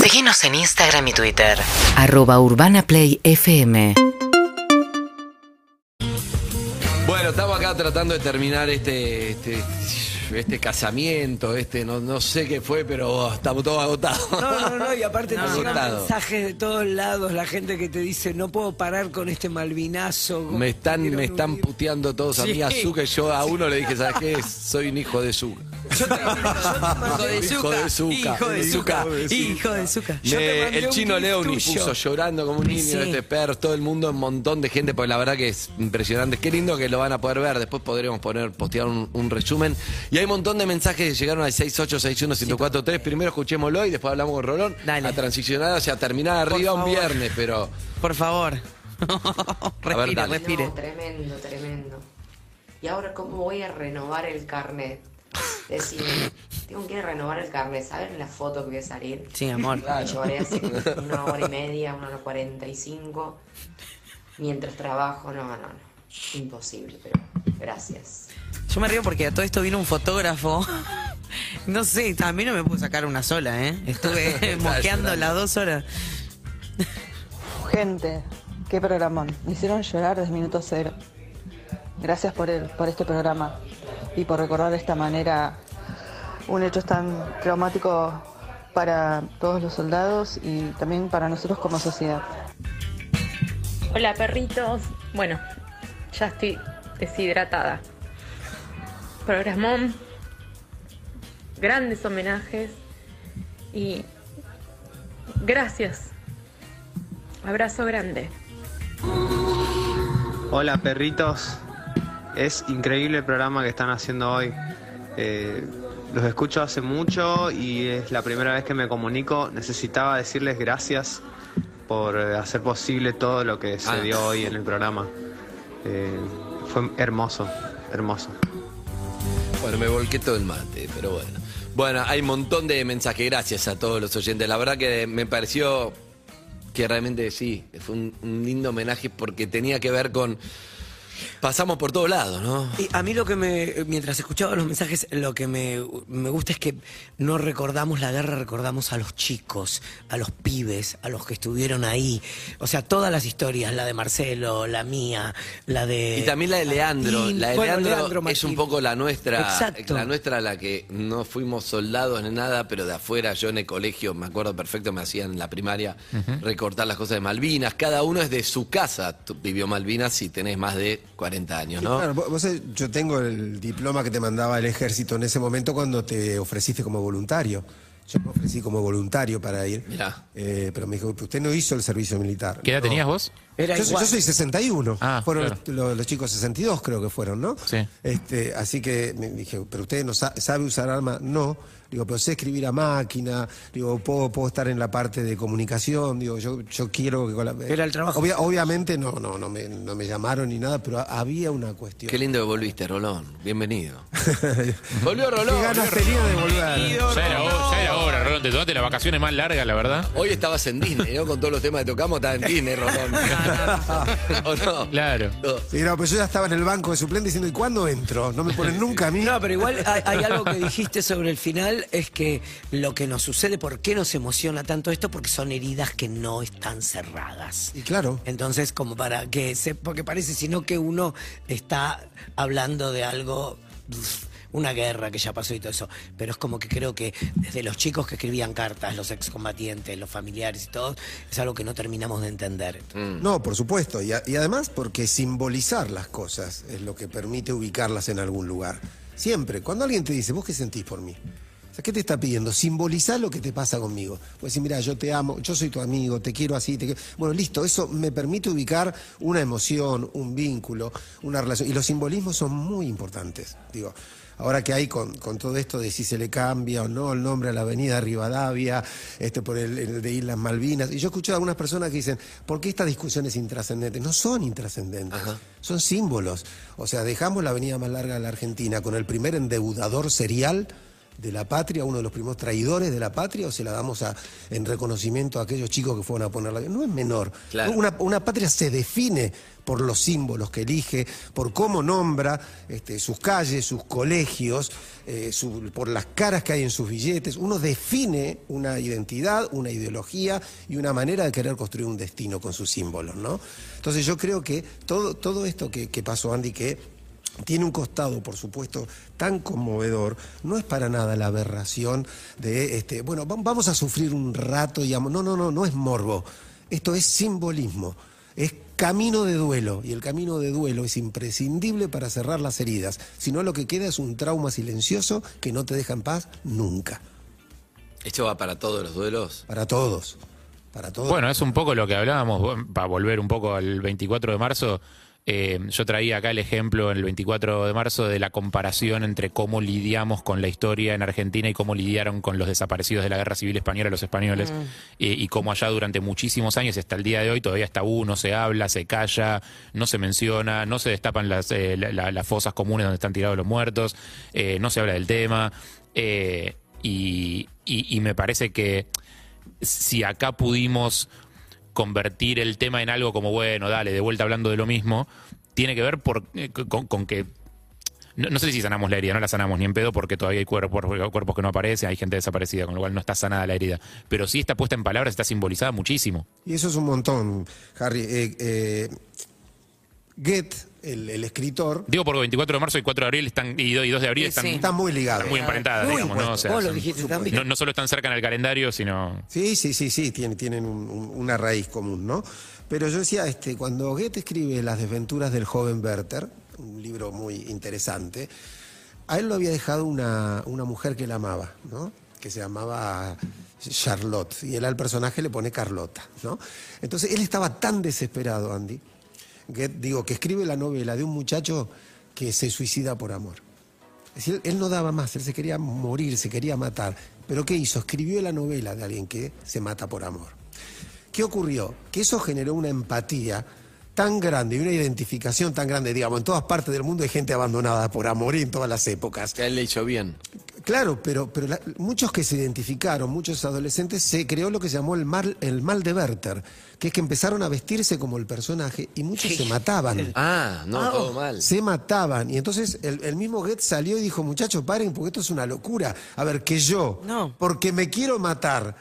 Seguinos en Instagram y Twitter. Arroba Urbana Play FM. Bueno, estamos acá tratando de terminar este, este, este casamiento, este, no, no sé qué fue, pero oh, estamos todos agotados. No, no, no, y aparte te llegan Agotado. mensajes de todos lados, la gente que te dice, no puedo parar con este malvinazo. go- Me están, quiero me están morir". puteando todos a mí, a Zuka, y yo a uno le dije, ¿sabes qué? Soy un hijo de Zuka. Hijo de Hijo de Zucca. Zucca. Hijo de Zucca. Hijo de Hijo de Zucca. Yo Me- te mandé el un chino clip Leoni tuyo. puso llorando como un niño Sí. este per, todo el mundo, un montón de gente, porque la verdad que es impresionante. Qué lindo que lo van a poder ver. Después podremos poner, postear un, un resumen. Y hay un montón de mensajes que llegaron al 6861-1043. Primero escuchémoslo y después hablamos con Rolón. Dale. A transicionar, o sea, terminar arriba un favor. viernes, pero. Por favor. respire, dale. respire. No, tremendo, tremendo. Y ahora, ¿cómo voy a renovar el carnet? Decime, tengo que ir a renovar el carnet. ¿Saben la foto que voy a salir? Sí, amor. Me Lloré hace una hora y media, una hora cuarenta y cinco. Mientras trabajo, no, no, no. Imposible, pero gracias. Yo me río porque a todo esto vino un fotógrafo. No sé, a mí no me pude sacar una sola, ¿eh? Estuve mosqueando las dos horas. Gente, qué programón. Me hicieron llorar desde minuto cero. Gracias por él, por este programa y por recordar de esta manera un hecho tan traumático para todos los soldados y también para nosotros como sociedad. Hola perritos. Bueno, ya estoy deshidratada. Programón, grandes homenajes y gracias. Abrazo grande. Hola perritos, es increíble el programa que están haciendo hoy. Eh, los escucho hace mucho y es la primera vez que me comunico. Necesitaba decirles gracias por eh, hacer posible todo lo que se Ah. dio hoy en el programa. Eh, fue hermoso, hermoso. Bueno, me volqué todo el mate, pero bueno. Bueno, hay un montón de mensajes, gracias a todos los oyentes. La verdad que me pareció que realmente sí, fue un, un lindo homenaje porque tenía que ver con... Pasamos por todos lados, ¿no? Y a mí lo que me, mientras escuchaba los mensajes, lo que me, me gusta es que no recordamos la guerra, recordamos a los chicos, a los pibes, a los que estuvieron ahí. O sea, todas las historias, la de Marcelo, la mía, la de... Y también la de Leandro. Martín. la de Bueno, Leandro, es Martín. un poco la nuestra. Exacto. La nuestra, la que no fuimos soldados ni nada, pero de afuera, yo en el colegio, me acuerdo perfecto, me hacían en la primaria recortar las cosas de Malvinas. Cada uno es de su casa. Tú vivió Malvinas si tenés más de 40 años, ¿no? Claro, vos- vos sabés, yo tengo el diploma que te mandaba el ejército en ese momento cuando te ofreciste como voluntario. Yo me ofrecí como voluntario para ir. Mirá. Eh, pero me dijo, usted no hizo el servicio militar. ¿Qué edad No. tenías vos? Era Yo, soy- igual. yo soy 61. Ah, fueron claro. los, los- los chicos 62 creo que fueron, ¿no? Sí. Este, así que me dije, pero usted no sa- sabe usar armas, no. Digo, pero sé escribir a máquina, digo, puedo, puedo estar en la parte de comunicación, digo, yo, yo quiero que con la- Era el trabajo. Obvia- obviamente no, no, no me, no me llamaron ni nada, pero ha- había una cuestión. Qué lindo que volviste, Rolón. Bienvenido. Volvió Rolón. Qué ganas Volvió tenía de Rolón. volver. Ya era, hora- ya era hora, Rolón. Te tomaste las vacaciones más largas, la verdad. Hoy estabas en Disney, ¿no? Con todos los temas que tocamos, estabas en Disney, Rolón. ¿O no? Claro. No. Sí, no, pero yo ya estaba en el banco de suplente diciendo, ¿y cuándo entro? No me ponen nunca a mí. No, pero igual hay, hay algo que dijiste sobre el final, es que lo que nos sucede, ¿por qué nos emociona tanto esto? Porque son heridas que no están cerradas. Y claro. Entonces, como para que se, porque parece sino que uno está hablando de algo, pf, una guerra que ya pasó y todo eso. Pero es como que creo que desde los chicos que escribían cartas, los excombatientes, los familiares y todo, es algo que no terminamos de entender. No, por supuesto. Y, a- y además porque simbolizar las cosas es lo que permite ubicarlas en algún lugar. Siempre. Cuando alguien te dice, ¿vos qué sentís por mí? O sea, ¿qué te está pidiendo? Simbolizar lo que te pasa conmigo. Pues decir, mira, yo te amo, yo soy tu amigo, te quiero así, te quiero... Bueno, listo, eso me permite ubicar una emoción, un vínculo, una relación. Y los simbolismos son muy importantes. Digo, ahora que hay con, con todo esto de si se le cambia o no el nombre a la avenida Rivadavia, este, por el, el de Islas Malvinas. Y yo he escuchado a algunas personas que dicen, ¿por qué estas discusiones intrascendentes? No son intrascendentes, son símbolos. O sea, dejamos la avenida más larga de la Argentina con el primer endeudador serial de la patria, uno de los primeros traidores de la patria, o se la damos a, en reconocimiento a aquellos chicos que fueron a ponerla? No es menor. Claro. Una, una patria se define por los símbolos que elige, por cómo nombra este, sus calles, sus colegios, eh, su- por las caras que hay en sus billetes. Uno define una identidad, una ideología y una manera de querer construir un destino con sus símbolos, ¿no? Entonces yo creo que todo, todo esto que, que pasó, Andy, que tiene un costado, por supuesto, tan conmovedor. No es para nada la aberración de, este, bueno, vam- vamos a sufrir un rato, digamos. No, no, no, no es morbo. Esto es simbolismo. Es camino de duelo. Y el camino de duelo es imprescindible para cerrar las heridas. Si no, lo que queda es un trauma silencioso que no te deja en paz nunca. Esto va para todos los duelos. Para todos. Para todos. Bueno, es un poco lo que hablábamos, bueno, para volver un poco al 24 de marzo. eh, yo traía acá el ejemplo en el 24 de marzo de la comparación entre cómo lidiamos con la historia en Argentina y cómo lidiaron con los desaparecidos de la Guerra Civil Española los españoles eh, y cómo allá durante muchísimos años hasta el día de hoy todavía está uno, se habla, se calla, no se menciona, no se destapan las, eh, la- la- las fosas comunes donde están tirados los muertos, eh, no se habla del tema eh, y- y- y me parece que si acá pudimos convertir el tema en algo como, bueno, dale, de vuelta hablando de lo mismo, tiene que ver por, eh, con, con que... No, no sé si sanamos la herida, no la sanamos ni en pedo porque todavía hay cuerpos, cuerpos que no aparecen, hay gente desaparecida, con lo cual no está sanada la herida. Pero sí está puesta en palabras, está simbolizada muchísimo. Y eso es un montón, Harry. Eh, eh, Goethe, el- el escritor, Digo porque 24 de marzo y 4 de abril están, y 2 y 2 de abril están, Están muy ligados. están muy emparentadas, Por digamos. ¿no? supuesto. O sea, Vos lo son- dijiste también. no- no solo están cerca en el calendario, sino... Sí, sí, sí, sí, tienen, tienen un- un- una raíz común, ¿no? Pero yo decía, este, cuando Goethe escribe Las desventuras del joven Werther, un libro muy interesante, a él lo había dejado una, una mujer que él amaba, ¿no? Que se llamaba Charlotte, y él al personaje le pone Carlota, ¿no? Entonces él estaba tan desesperado, Andy, que, digo, que escribe la novela de un muchacho que se suicida por amor. Es decir, él, no daba más, él se quería morir, se quería matar. Pero ¿qué hizo? Escribió la novela de alguien que se mata por amor. ¿Qué ocurrió? Que eso generó una empatía tan grande y una identificación tan grande, digamos, en todas partes del mundo hay gente abandonada por amor y en todas las épocas. Que a él le hizo bien. Claro, pero, pero la- muchos que se identificaron, muchos adolescentes, se creó lo que se llamó el mal, el mal de Werther, que es que empezaron a vestirse como el personaje y muchos se mataban. Ah, no, Ah, todo mal. Se mataban. Y entonces el, el mismo Goethe salió y dijo, muchachos, paren, porque esto es una locura. A ver, que yo, porque me quiero matar,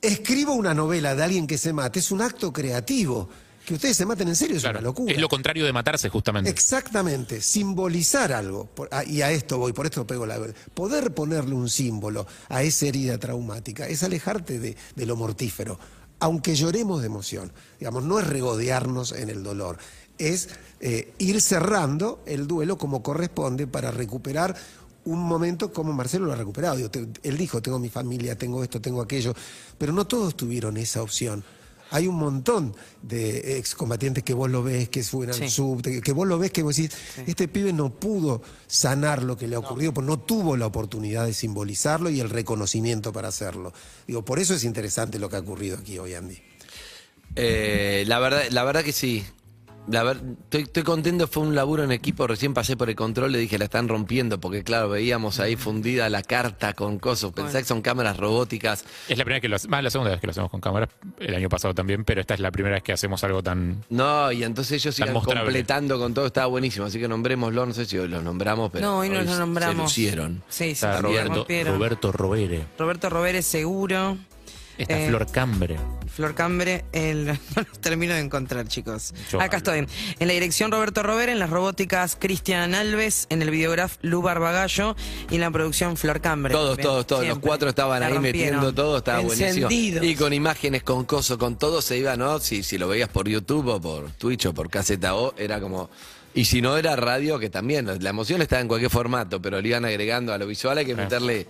escribo una novela de alguien que se mate, es un acto creativo. Que ustedes se maten en serio es una locura. Es lo contrario de matarse, justamente. Exactamente, simbolizar algo. Por- ah, y a esto voy, por esto pego la. Poder ponerle un símbolo a esa herida traumática es alejarte de, de lo mortífero. Aunque lloremos de emoción, digamos, no es regodearnos en el dolor, es eh, ir cerrando el duelo como corresponde para recuperar un momento como Marcelo lo ha recuperado. Digo, te- él dijo, tengo mi familia, tengo esto, tengo aquello, pero no todos tuvieron esa opción. Hay un montón de excombatientes que vos lo ves, que fueron Sí. al subte, que vos lo ves, que vos decís, este pibe no pudo sanar lo que le ocurrió, porque no tuvo la oportunidad de simbolizarlo y el reconocimiento para hacerlo. Digo, por eso es interesante lo que ha ocurrido aquí hoy, Andy. Eh, la, verdad, la verdad que sí. La ver- estoy, estoy contento, fue un laburo en equipo, recién pasé por el control, le dije, la están rompiendo, porque claro, veíamos ahí fundida la carta con cosas, pensá que son cámaras robóticas. Es la primera vez que lo hacemos, más la segunda vez que lo hacemos con cámaras, el año pasado también, pero esta es la primera vez que hacemos algo tan... No, y entonces ellos Tan iban mostrable. completando con todo, estaba buenísimo, así que nombrémoslo, no sé si hoy lo nombramos, pero No, hoy no lo se nombramos. lucieron. Sí, sí, Está también Roberto, rompieron. Roberto Robere, Roberto Roberes seguro. esta Eh, Flor Cambre. Flor Cambre, el, no los termino de encontrar, chicos. Yo Acá estoy. En la dirección Roberto Rober, en las robóticas Cristian Alves, en el videógrafo Lu Barbagallo y en la producción Flor Cambre. Todos, Bien, todos, todos. Los siempre. cuatro estaban La ahí rompieron. metiendo todo, estaba buenísimo. Encendidos. Y con imágenes, con coso, con todo se iba, ¿no? Si, si lo veías por YouTube o por Twitch o por Caseta O, era como. Y si no era radio, que también, la emoción estaba en cualquier formato, pero le iban agregando a lo visual, hay que meterle,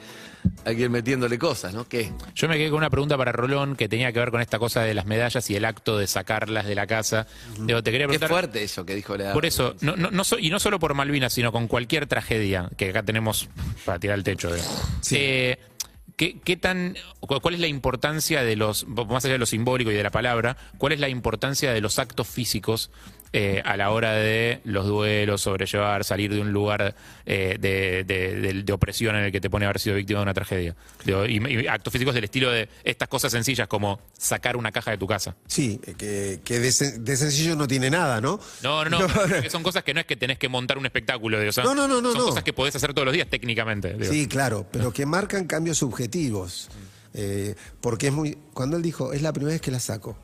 hay que ir metiéndole cosas, ¿no? ¿Qué? Yo me quedé con una pregunta para Rolón que tenía que ver con esta cosa de las medallas y el acto de sacarlas de la casa. Digo, te quería Qué preguntar... fuerte eso que dijo la. Por eso, no, no, no so- y no solo por Malvinas, sino con cualquier tragedia que acá tenemos para tirar al techo. digamos. Eh, ¿qué, qué tan, cu- ¿Cuál es la importancia de los, más allá de lo simbólico y de la palabra, cuál es la importancia de los actos físicos eh, a la hora de los duelos, sobrellevar, salir de un lugar eh, de, de- de- de opresión en el que te pone haber sido víctima de una tragedia. Digo, y- y actos físicos del estilo de estas cosas sencillas como sacar una caja de tu casa. Sí, eh, que, que de, sen- de sencillo no tiene nada, ¿no? No, no, no. porque son cosas que no es que tenés que montar un espectáculo. digo, son- No, no, no, no, Son no. cosas que podés hacer todos los días técnicamente. digo. Sí, claro, pero que marcan cambios subjetivos. Eh, porque es muy. Cuando él dijo, es la primera vez que la saco.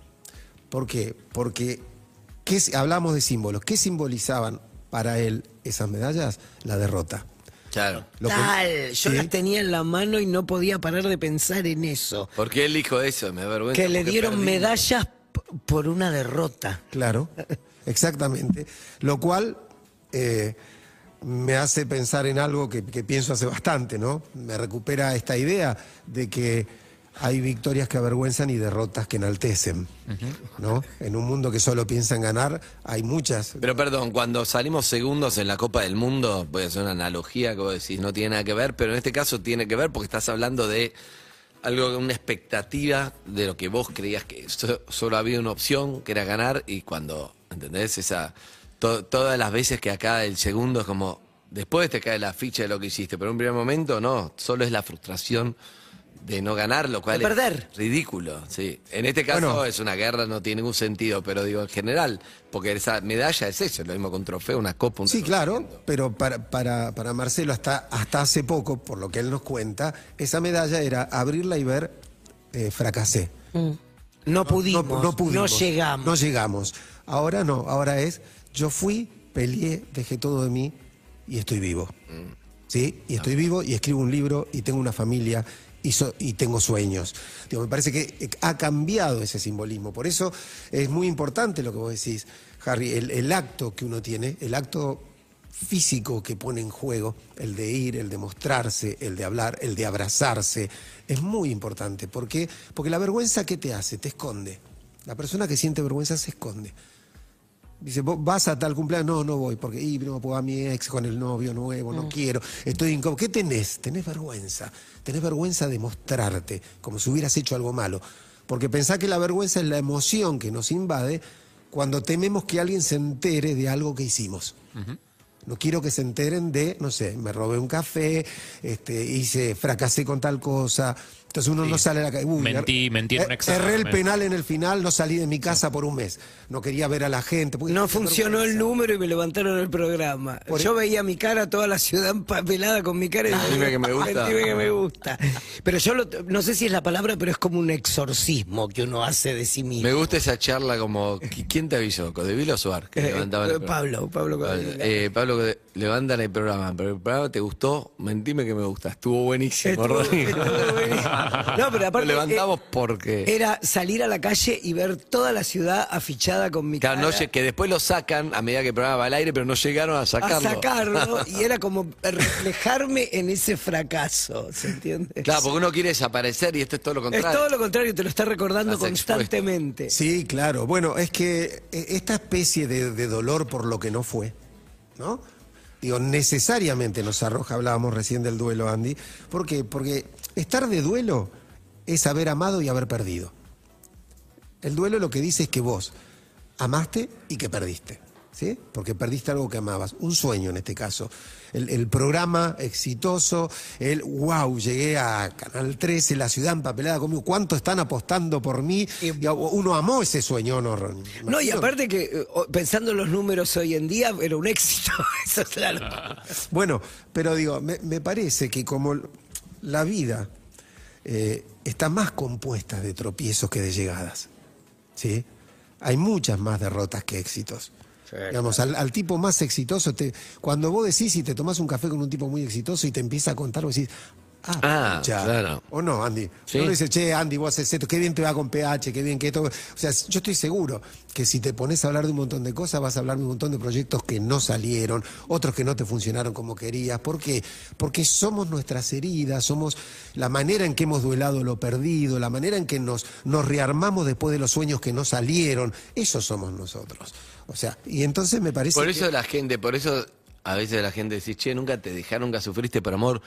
¿Por qué? Porque ¿qué, s- hablamos de símbolos. ¿Qué simbolizaban para él esas medallas? La derrota. Claro. Lo que- Tal, yo Sí. las tenía en la mano y no podía parar de pensar en eso. Porque él dijo eso, me avergüenza. que le porque dieron perdí. medallas p- por una derrota. Claro, exactamente. Lo cual eh, me hace pensar en algo que, que pienso hace bastante, ¿no? Me recupera esta idea de que hay victorias que avergüenzan y derrotas que enaltecen, ¿no? En un mundo que solo piensa en ganar, hay muchas. Pero perdón, cuando salimos segundos en la Copa del Mundo, voy a hacer una analogía que vos decís, no tiene nada que ver, pero en este caso tiene que ver porque estás hablando de algo, una expectativa de lo que vos creías que so- solo había una opción, que era ganar, y cuando, ¿entendés? Esa, to- todas las veces que acá el segundo es como, después te cae la ficha de lo que hiciste, pero en un primer momento no, solo es la frustración de no ganar, lo cual De perder. es ridículo, sí. En este caso Bueno. es una guerra, no tiene ningún sentido, pero digo en general, porque esa medalla es eso, es lo mismo con trofeo, una copa, un Sí, claro, pero para, para, para Marcelo hasta, hasta hace poco, por lo que él nos cuenta, esa medalla era abrirla y ver, eh, fracasé. No pudimos, No, no, no pudimos. llegamos. No llegamos. Ahora no, ahora es, yo fui, peleé, dejé todo de mí y estoy vivo. ¿Sí? Y estoy vivo y escribo un libro y tengo una familia y, so- y tengo sueños. Digo, me parece que eh, ha cambiado ese simbolismo. Por eso es muy importante lo que vos decís, Harry, el, el acto que uno tiene, el acto físico que pone en juego, el de ir, el de mostrarse, el de hablar, el de abrazarse, es muy importante. ¿Por qué? Porque la vergüenza, ¿qué te hace? Te esconde. La persona que siente vergüenza se esconde. Dice, "Vos vas a tal cumpleaños, no, no voy, porque y, no puedo a mi ex con el novio nuevo, no quiero, estoy incómodo. ¿Qué tenés? Tenés vergüenza. Tenés vergüenza de mostrarte, como si hubieras hecho algo malo. Porque pensá que la vergüenza es la emoción que nos invade cuando tememos que alguien se entere de algo que hicimos. No quiero que se enteren de, no sé, me robé un café, este, hice, fracasé con tal cosa. Entonces uno no sale a la calle. "Uy, Mentí, er- mentí en un er- examen". Erré el penal en el final, no salí de mi casa por un mes. No quería ver a la gente. porque- No funcionó el número y me levantaron el programa. Por- Yo veía mi cara, toda la ciudad empapelada con mi cara. y dije, Dime que me gusta. Dime que me gusta. Pero yo lo- no sé si es la palabra, pero es como un exorcismo que uno hace de sí mismo. Me gusta esa charla como, ¿qui- ¿quién te avisó? ¿Codevila o Suar? Que Eh, levantaban el eh, programa. Pablo, Pablo Codevila. Eh, Pablo, Code- levantan el programa, pero el programa te gustó, mentime que me gusta, estuvo buenísimo. Estuvo- Rodrigo. estuvo buenísimo. No, pero aparte, Lo levantamos eh, porque... Era salir a la calle y ver toda la ciudad afichada con mi Claro, cara. no lle- que después lo sacan a medida que el programa va al aire, pero no llegaron a sacarlo. a sacarlo y era como reflejarme en ese fracaso, ¿se entiende? Claro, porque uno quiere desaparecer y esto es todo lo es contrario. todo lo contrario, te lo está recordando Estás expuesto. constantemente. Sí, claro. Bueno, es que eh, esta especie de, de dolor por lo que no fue, ¿no? Digo, necesariamente nos arroja, hablábamos recién del duelo, Andy. ¿Por qué? Porque estar de duelo es haber amado y haber perdido. El duelo lo que dice es que vos amaste y que perdiste. ¿Sí? Porque perdiste algo que amabas, un sueño en este caso. El, el programa exitoso, el wow, llegué a Canal 13, la ciudad empapelada conmigo, ¿cuánto están apostando por mí? Y a- uno amó ese sueño, ¿no, Ron? No, y Imagino. aparte que eh, o- pensando en los números hoy en día era un éxito. Eso es la locura. Bueno, pero digo, me, me parece que como l- la vida eh, está más compuesta de tropiezos que de llegadas, ¿sí? Hay muchas más derrotas que éxitos. Digamos, al, al tipo más exitoso, te- cuando vos decís y te tomás un café con un tipo muy exitoso y te empieza a contar, vos decís, ah, Ah, ya. claro. O no, Andy. Sí. No le dices, che, Andy, vos haces esto, qué bien te va con PH, qué bien que esto. O sea, yo estoy seguro que si te pones a hablar de un montón de cosas, vas a hablar de un montón de proyectos que no salieron, otros que no te funcionaron como querías. ¿Por qué? Porque somos nuestras heridas, somos la manera en que hemos duelado lo perdido, la manera en que nos, nos rearmamos después de los sueños que no salieron. Eso somos nosotros. O sea, y entonces me parece. Por que- eso la gente, por eso a veces la gente dice, che, nunca te dejaron, nunca sufriste por amor.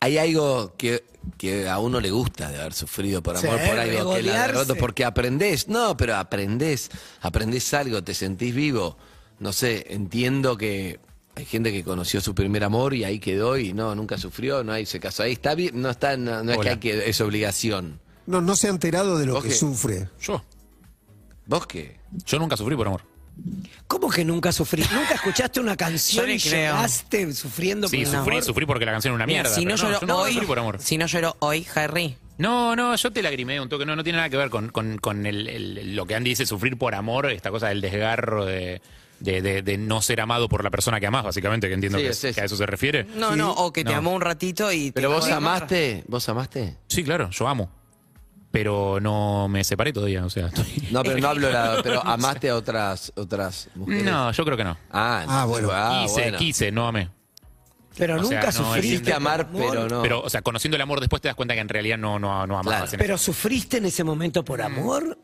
hay algo que, que a uno le gusta de haber sufrido por Sí, amor, por algo que la regodearse. derrota, porque aprendés, no, pero aprendés, aprendés algo, te sentís vivo. No sé, entiendo que hay gente que conoció su primer amor y ahí quedó y no, nunca sufrió, no hay, se casó ahí, está bien, no está, no, no es que, hay que es obligación. No, no se ha enterado de lo Ok. que sufre. Yo. ¿Vos qué? Yo nunca sufrí por amor. ¿Cómo que nunca sufrí? ¿Nunca escuchaste una canción le y creo. lloraste sufriendo Sí, por un sufrí, amor? sufrí porque la canción era una Mira, mierda. si no pero lloro yo nunca hoy- sufrí por amor. Si no lloro hoy, Harry. No, no, yo te lagrimé un toque. No, no tiene nada que ver con, con- con el- el- lo que Andy dice, sufrir por amor, esta cosa del desgarro de, de- de- de no ser amado por la persona que amás, básicamente, que entiendo Sí, que, es eso. que a eso se refiere. No, no, o que te No. amó un ratito y te Pero vos jodió. amaste, vos amaste. Sí, claro, yo amo. Pero no me separé todavía, o sea, estoy- No, pero no hablo de la, pero amaste a otras, otras mujeres. No, yo creo que no. Ah, Ah, bueno. quise, quise, no amé. Pero O sea, nunca no, sufriste. Quisiste Quisiste amar, por amor. pero no. Pero, o sea, conociendo el amor después te das cuenta que en realidad no, no, no amabas. en Pero sufriste en ese momento Mm. por amor.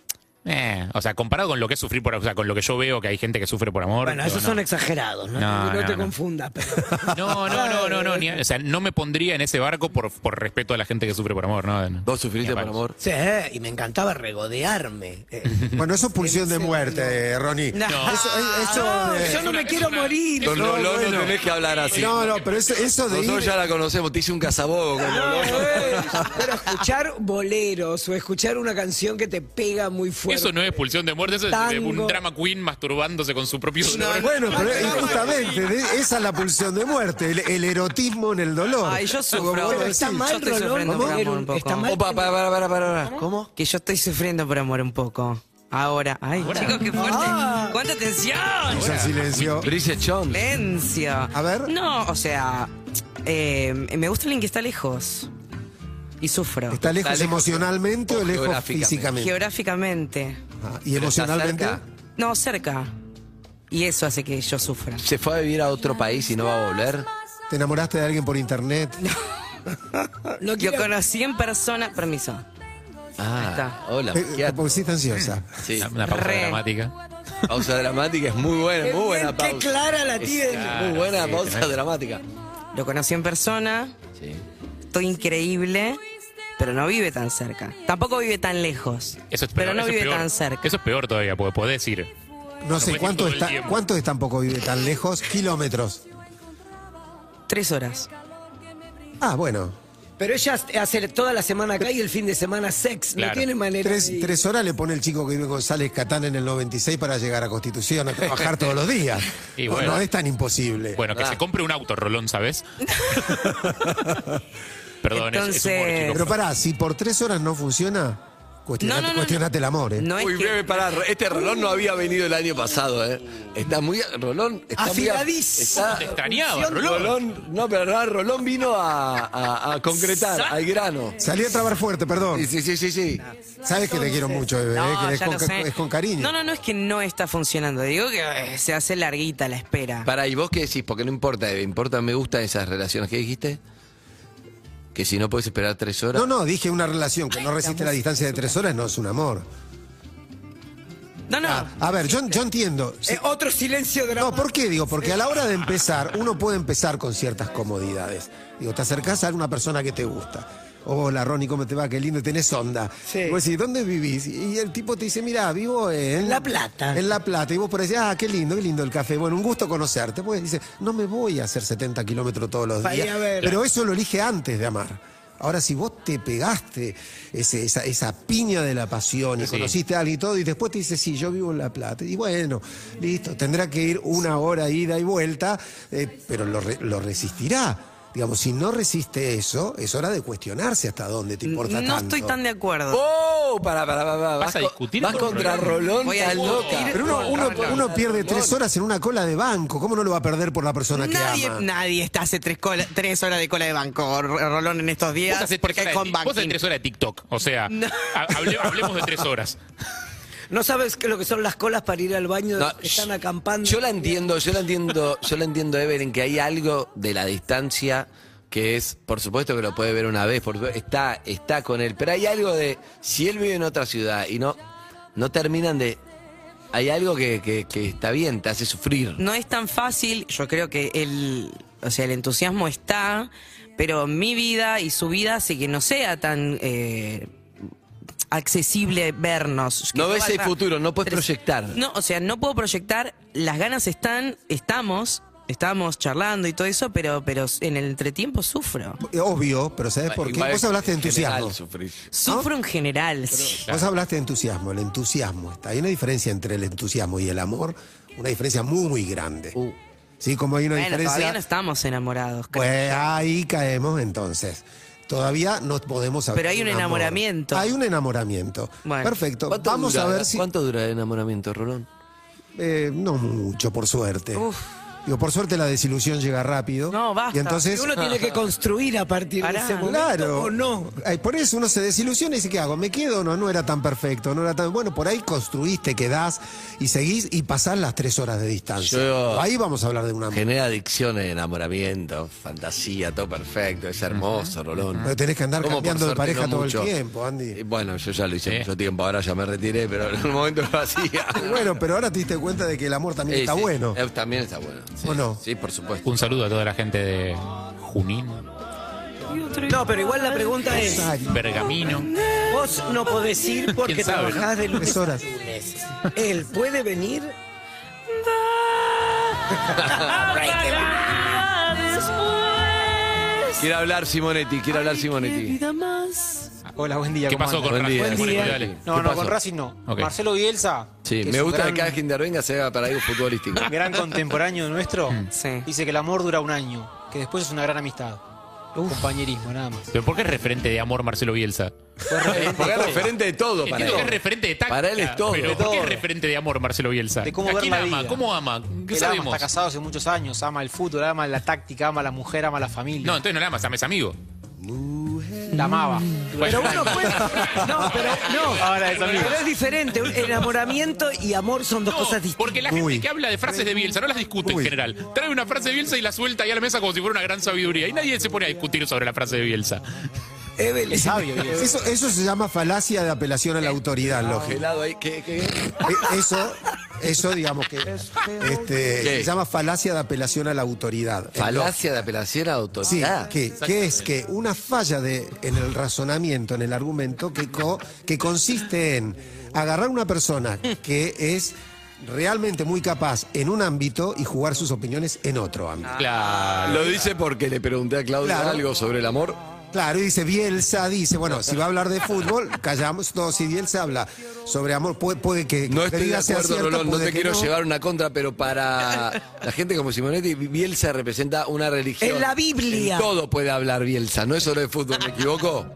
Eh, o sea, comparado con lo que es sufrir por o sea, con lo que yo veo que hay gente que sufre por amor. Bueno, yo esos no. son exagerados, ¿no? No, No no, te no. confundas. pero- No, no, no, no, no, ni- o sea, no me pondría en ese barco por, por respeto a la gente que sufre por amor, no. no. ¿Vos sufriste Ni por a palos. amor? Sí, y me encantaba regodearme. Eh, Bueno, eso es pulsión de muerte, eh, Ronnie. No. Eso, eh, eso no, de- yo no me quiero morir. Con Rolón no, bueno. tenés que hablar así. no, no, pero eso, eso de Nosotros ir... ya la conocemos, te hice un cazabobo con No, Rolón. eh, Pero escuchar boleros o escuchar una canción que te pega muy fuerte. Eso no es expulsión de muerte, eso es eh, Tango. un drama queen masturbándose con su propio dolor. Bueno, pero es- justamente, de- esa es la pulsión de muerte, el, el erotismo en el dolor. Ay, yo Como sufro. vos Pero decís. está mal, Yo estoy Rolón. sufriendo por ¿Cómo? amor un poco. Está mal. Opa, para, para, para, para, para. ¿Cómo? Que yo estoy sufriendo por amor un poco. Ahora. Ay, chicos, qué fuerte. Ah. ¡Cuánta tensión! Hizo silencio. Brice Chon. Silencio. A ver. No, o sea, eh, me gusta alguien que está lejos. Y sufro. ¿Está lejos, lejos emocionalmente o o lejos geográficamente? físicamente? Geográficamente. Ah, ¿Y emocionalmente? ¿Está cerca? No, cerca. Y eso hace que yo sufra. ¿Se fue a vivir a otro país y no va a volver? ¿Te enamoraste de alguien por internet? No Yo quiero- conocí en persona. Permiso. Ah, está. hola. Eh, ¿qué Te ha- pusiste ansiosa. Sí, Una pausa Re. dramática. pausa dramática es muy buena, muy buena Qué pausa. clara la tiene. Muy buena pausa dramática. Lo conocí en persona. Sí. Estoy increíble. Pero no vive tan cerca. Tampoco vive tan lejos. Eso es peor. pero no eso es vive peor. tan cerca. Eso es peor todavía, porque podés ir. No sé, puede ¿cuánto todo el está, tiempo. ¿cuánto es tampoco vive tan lejos? Kilómetros. Tres horas. Ah, bueno. Pero ella hace toda la semana acá y el fin de semana sex. No Claro. tiene manera. Tres, de- tres horas le pone el chico que vive en González Catán en el 96 para llegar a Constitución a trabajar todos los días. Y No, bueno. no es tan imposible. Bueno, que Ah. se compre un auto, Rolón, ¿sabes? Perdón, es- es, humor, Entonces- chicos. Pero pará, si por tres horas no funciona, cuestionate, No, no, no, cuestionate el amor, ¿eh? No es Uy, que- Uh. breve, pará. Este Rolón no había venido el año pasado, ¿eh? Está muy. Rolón. Está muy- Afiladísimo. está- Te extrañaba, Rolón. Rolón. No, pero no, Rolón vino a, a- a concretar, al grano. Salí a trabar fuerte, perdón. Sí, sí, sí, sí. sí. Sabes que te quiero mucho, bebé, ¿eh? No, que es ya con, lo sé. es con cariño. No, no, no es que no está funcionando. Digo que eh, se hace larguita la espera. Para, ¿y vos qué decís? Porque no importa, eh, importa, me gustan esas relaciones. ¿Qué dijiste? Que si no puedes esperar tres horas. No, no, dije una relación que no resiste la distancia de tres horas no es un amor. Ah, No, no. Ah, A ver, yo, yo entiendo. Si- Eh, otro silencio No, dramático. ¿por qué digo? Porque a la hora de empezar, uno puede empezar con ciertas comodidades. Digo, te acercás a una persona que te gusta. Hola, Ronnie, ¿cómo te va? Qué lindo, tenés onda. Sí. Y vos decís, ¿dónde vivís? Y el tipo te dice, mira, vivo en... La Plata. En La Plata. Y vos por ahí decís, ah, qué lindo, qué lindo el café. Bueno, un gusto conocerte. Pues dice, no me voy a hacer 70 kilómetros todos los Pa' ir días. a ver. Pero eso lo elige antes de amar. Ahora, si vos te pegaste ese- esa, esa piña de la pasión y Sí. conociste a alguien y todo, y después te dice, sí, yo vivo en La Plata. Y bueno, listo, tendrá que ir una hora ida y vuelta, eh, pero lo, re- lo resistirá. Digamos, si no resiste eso, es hora de cuestionarse hasta dónde te no importa tanto. estoy tan de acuerdo. ¡Oh! Para, para, para. para. ¿Vas Vas, a co- discutir vas con contra Rolón? Rolón, Voy a estás discutir loca. Pero uno, uno- uno pierde tres horas en una cola de banco. ¿Cómo no lo va a perder por la persona que Nadie, ama? nadie está hace tres, cola- tres horas de cola de banco, R- Rolón, en estos días. Vos haces porque tres, hay horas con de, vos hacés banking. tres horas de TikTok. O sea, No. ha- hable- hablemos de tres horas. No sabes qué- lo que son las colas para ir al baño. No, están sh- acampando. Yo la entiendo, yo la entiendo, yo la entiendo, Evelyn, que hay algo de la distancia que es, por supuesto que lo puede ver una vez, porque está, está con él, pero hay algo de, si él vive en otra ciudad y no, no terminan de, hay algo que, que- que está bien, te hace sufrir. No es tan fácil. Yo creo que el, O sea, el entusiasmo está, pero mi vida y su vida hace que no sea tan eh, accesible vernos. Que No ves el valga- futuro, no puedes tres- proyectar. No, o sea, no puedo proyectar, las ganas están, estamos, estamos charlando y todo eso, pero, pero en el entretiempo sufro. Eh, Obvio, pero ¿sabes por qué? Ah, Igual Vos hablaste de en general entusiasmo. sufrís. Sufro en general, sí. Vos hablaste de entusiasmo, el entusiasmo. Está. Hay una diferencia entre el entusiasmo y el amor, una diferencia muy, muy grande. Uh. Sí, como hay una Bueno, todavía diferencia. no estamos enamorados. creo. Pues ahí caemos entonces. Todavía no podemos hablar. Pero hay un de amor. enamoramiento. Hay un enamoramiento. Bueno. Perfecto. ¿Cuánto Vamos dura- a ver si. ¿Cuánto dura el enamoramiento, Rolón? eh, no mucho, por suerte. Uf. Digo, por suerte la desilusión llega rápido. No, basta. Y entonces. Uno tiene que construir a partir Pará. de ese momento Claro. o no. Ay, por eso uno se desilusiona y dice, ¿qué hago? ¿Me quedo o no? No era tan perfecto, no era tan... Bueno, por ahí construiste, quedás y seguís y pasás las tres horas de distancia. Yo- Ahí vamos a hablar de una... Genera adicciones, enamoramiento, fantasía, todo perfecto, es hermoso, Rolón. Pero tenés que andar Como por cambiando de suerte pareja no todo mucho. el tiempo, Andy. Eh, Bueno, yo ya lo hice Sí. mucho tiempo, ahora ya me retiré, pero en un momento lo hacía. Y bueno, pero ahora te diste cuenta de que el amor también Eh, está sí, bueno. eh, también está bueno. sí, ¿O no? Sí, por supuesto. Un saludo a toda la gente de Junín, No, pero igual la pregunta es, Exacto. Bergamino. vos no podés ir porque ¿Quién sabe, no? trabajás de lunes Tres horas. a lunes. Él puede venir. Quiero hablar Simonetti, quiero hablar Simonetti. Hola, buen día. ¿Qué ¿cómo pasó andan? con Racing? Buen Bueno, día. dale. No, ¿Qué no, pasó? con Racing no. Ok. Marcelo Bielsa. que Sí, es me un gusta gran, que cada vez que intervenga se haga para algo futbolístico. gran contemporáneo nuestro. Mm. Sí. Dice que el amor dura un año, que después es una gran amistad. Compañerismo, nada más. ¿Pero por qué es referente de amor Marcelo Bielsa? Porque es referente de todo para Entiendo que es él. referente de táctica. Para él es todo. Pero De ¿por qué es todo. referente de amor Marcelo Bielsa? De cómo ¿A ver quién la ama? vida. ¿Cómo ama? ¿Qué Él ama, sabemos? está casado hace muchos años, ama el fútbol, ama la táctica, ama a la mujer, ama a la No, familia. entonces no la amas, ames amigo. La amaba. Pero uno puede. No, pero no. Ahora es amigo. pero es diferente. Un Enamoramiento y amor son dos No, cosas distintas. porque la gente Uy. que habla de frases de Bielsa no las discute en Uy. general. Trae una frase de Bielsa y la suelta ahí a la mesa como si fuera una gran sabiduría. Y nadie se pone a discutir sobre la frase de Bielsa. Es sabio. Bielsa. Eso, eso se llama falacia de apelación a la autoridad, lógico. Gelado ahí, ¿qué- qué? Eh, Eso, eso digamos que este, ¿Qué? se llama falacia de apelación a la autoridad. Falacia de apelación a Sí, autoridad. que, que es que una falla de, en el razonamiento, en el argumento, que, co- que consiste en agarrar una persona que es realmente muy capaz en un ámbito y jugar sus opiniones en otro ámbito. Claro. Ah, Lo dice porque le pregunté a Claudia Claro. algo sobre el amor. Claro, y dice Bielsa, dice, bueno, si va a hablar de fútbol, callamos, no, si Bielsa habla sobre amor, puede, puede que No que estoy de diga sea acuerdo, cierta, Rolón, no puede te que quiero no. llevar una contra, pero para la gente como Simonetti, Bielsa representa una religión. En la Biblia. En todo puede hablar Bielsa, no es solo de fútbol, ¿me equivoco?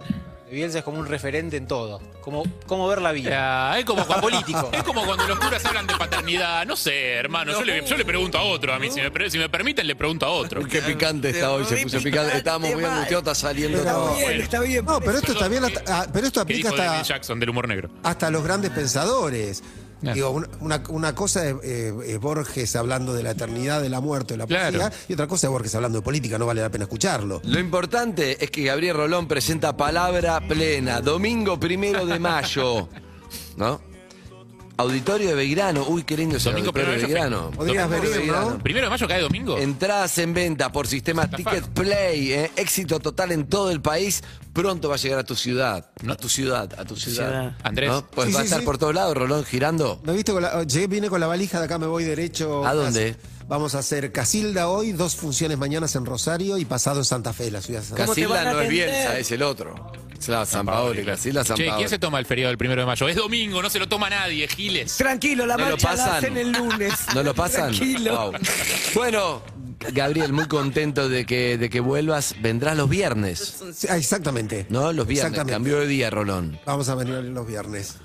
Bielsa es como un referente en todo. Como, como ver la vida. Ah, es, como cuando, Político. es como cuando los curas hablan de paternidad. No sé, hermano. Yo, le, yo le pregunto a otro. A mí, si me, pre- si me permiten, le pregunto a otro. Qué picante está hoy, se puso picante. Estábamos muy angustiados, está saliendo Pero- todo. Está bien, está bien. No, pero esto también hasta- ah, pero esto ¿Qué aplica dijo David hasta, Jackson del humor negro? hasta los grandes pensadores. Claro. Digo, una- una, una cosa es, eh, es Borges hablando de la eternidad, de la muerte, de la Claro. poesía, y otra cosa es Borges hablando de política, no vale la pena escucharlo. Lo importante es que Gabriel Rolón presenta palabra plena, domingo primero de mayo. ¿No? Auditorio de Belgrano, uy, qué lindo ese Domingo auditorio de primero de mayo, Belgrano. Podrías Domingo de venir, ¿no? Belgrano. ¿Primero de mayo cae domingo? Entradas en venta por sistema Santa Fe. Ticket Play, ¿eh? éxito total en todo el país. Pronto va a llegar a tu ciudad, a tu ciudad, a tu ciudad. ciudad. Andrés. ¿No? Pues Sí, va a sí, estar sí. por todos lados, Rolón, girando. ¿Me viste con la, oh, llegué, vine con la valija de acá, me voy derecho. ¿A dónde? Vamos a hacer Casilda hoy, dos funciones mañanas en Rosario y pasado en Santa Fe, la ciudad de Santa Fe. Casilda van a no es atender? Bielsa, es el otro. Es la San Paoli, Casilda San Che, Paoli. ¿quién se toma el feriado del primero de mayo? Es domingo, no se lo toma nadie, Giles. Tranquilo, la ¿No lo marcha la pasan? hacen el lunes. ¿No lo pasan? Tranquilo. Wow. Bueno, Gabriel, muy contento de que, de que vuelvas. Vendrás los viernes, Sí, ah, exactamente. ¿no? Los viernes. Exactamente. Cambió de día, Rolón. Vamos a venir los viernes.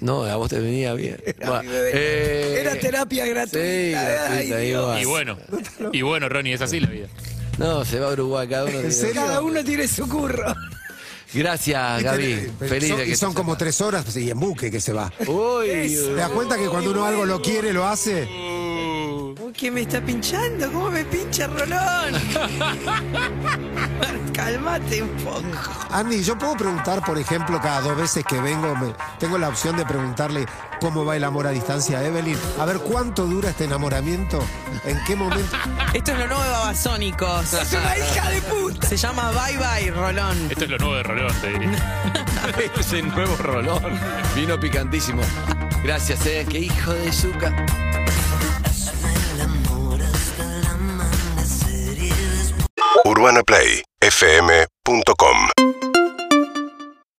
No, a vos te venía bien. Bueno, eh, Era terapia Sí, gratuita. Ay, gratuita, ahí Dios. vas. Y bueno, y bueno, Ronnie, es así la vida. No, se va a Uruguay cada uno. tiene- serio? Cada uno tiene su curro. Gracias, Gaby. Este Pero Feliz son, de que y son estés como acá. tres horas y en buque que se va. Uy, ¿Te das cuenta que cuando uno algo lo quiere, lo hace? Muy ¿Qué me está pinchando? ¿Cómo me pincha Rolón? Calmate un poco. Andy, yo puedo preguntar, por ejemplo, cada dos veces que vengo, me- tengo la opción de preguntarle cómo va el amor a distancia a Evelyn. A ver cuánto dura este enamoramiento, en qué momento. Esto es lo nuevo de Babasónicos. ¡Es una hija de puta! Se llama Bye Bye Rolón. Esto es lo nuevo de Rolón, te diría. Ese nuevo rolón. Vino picantísimo. Gracias, eh. Qué hijo de azúcar. UrbanaPlayFM.com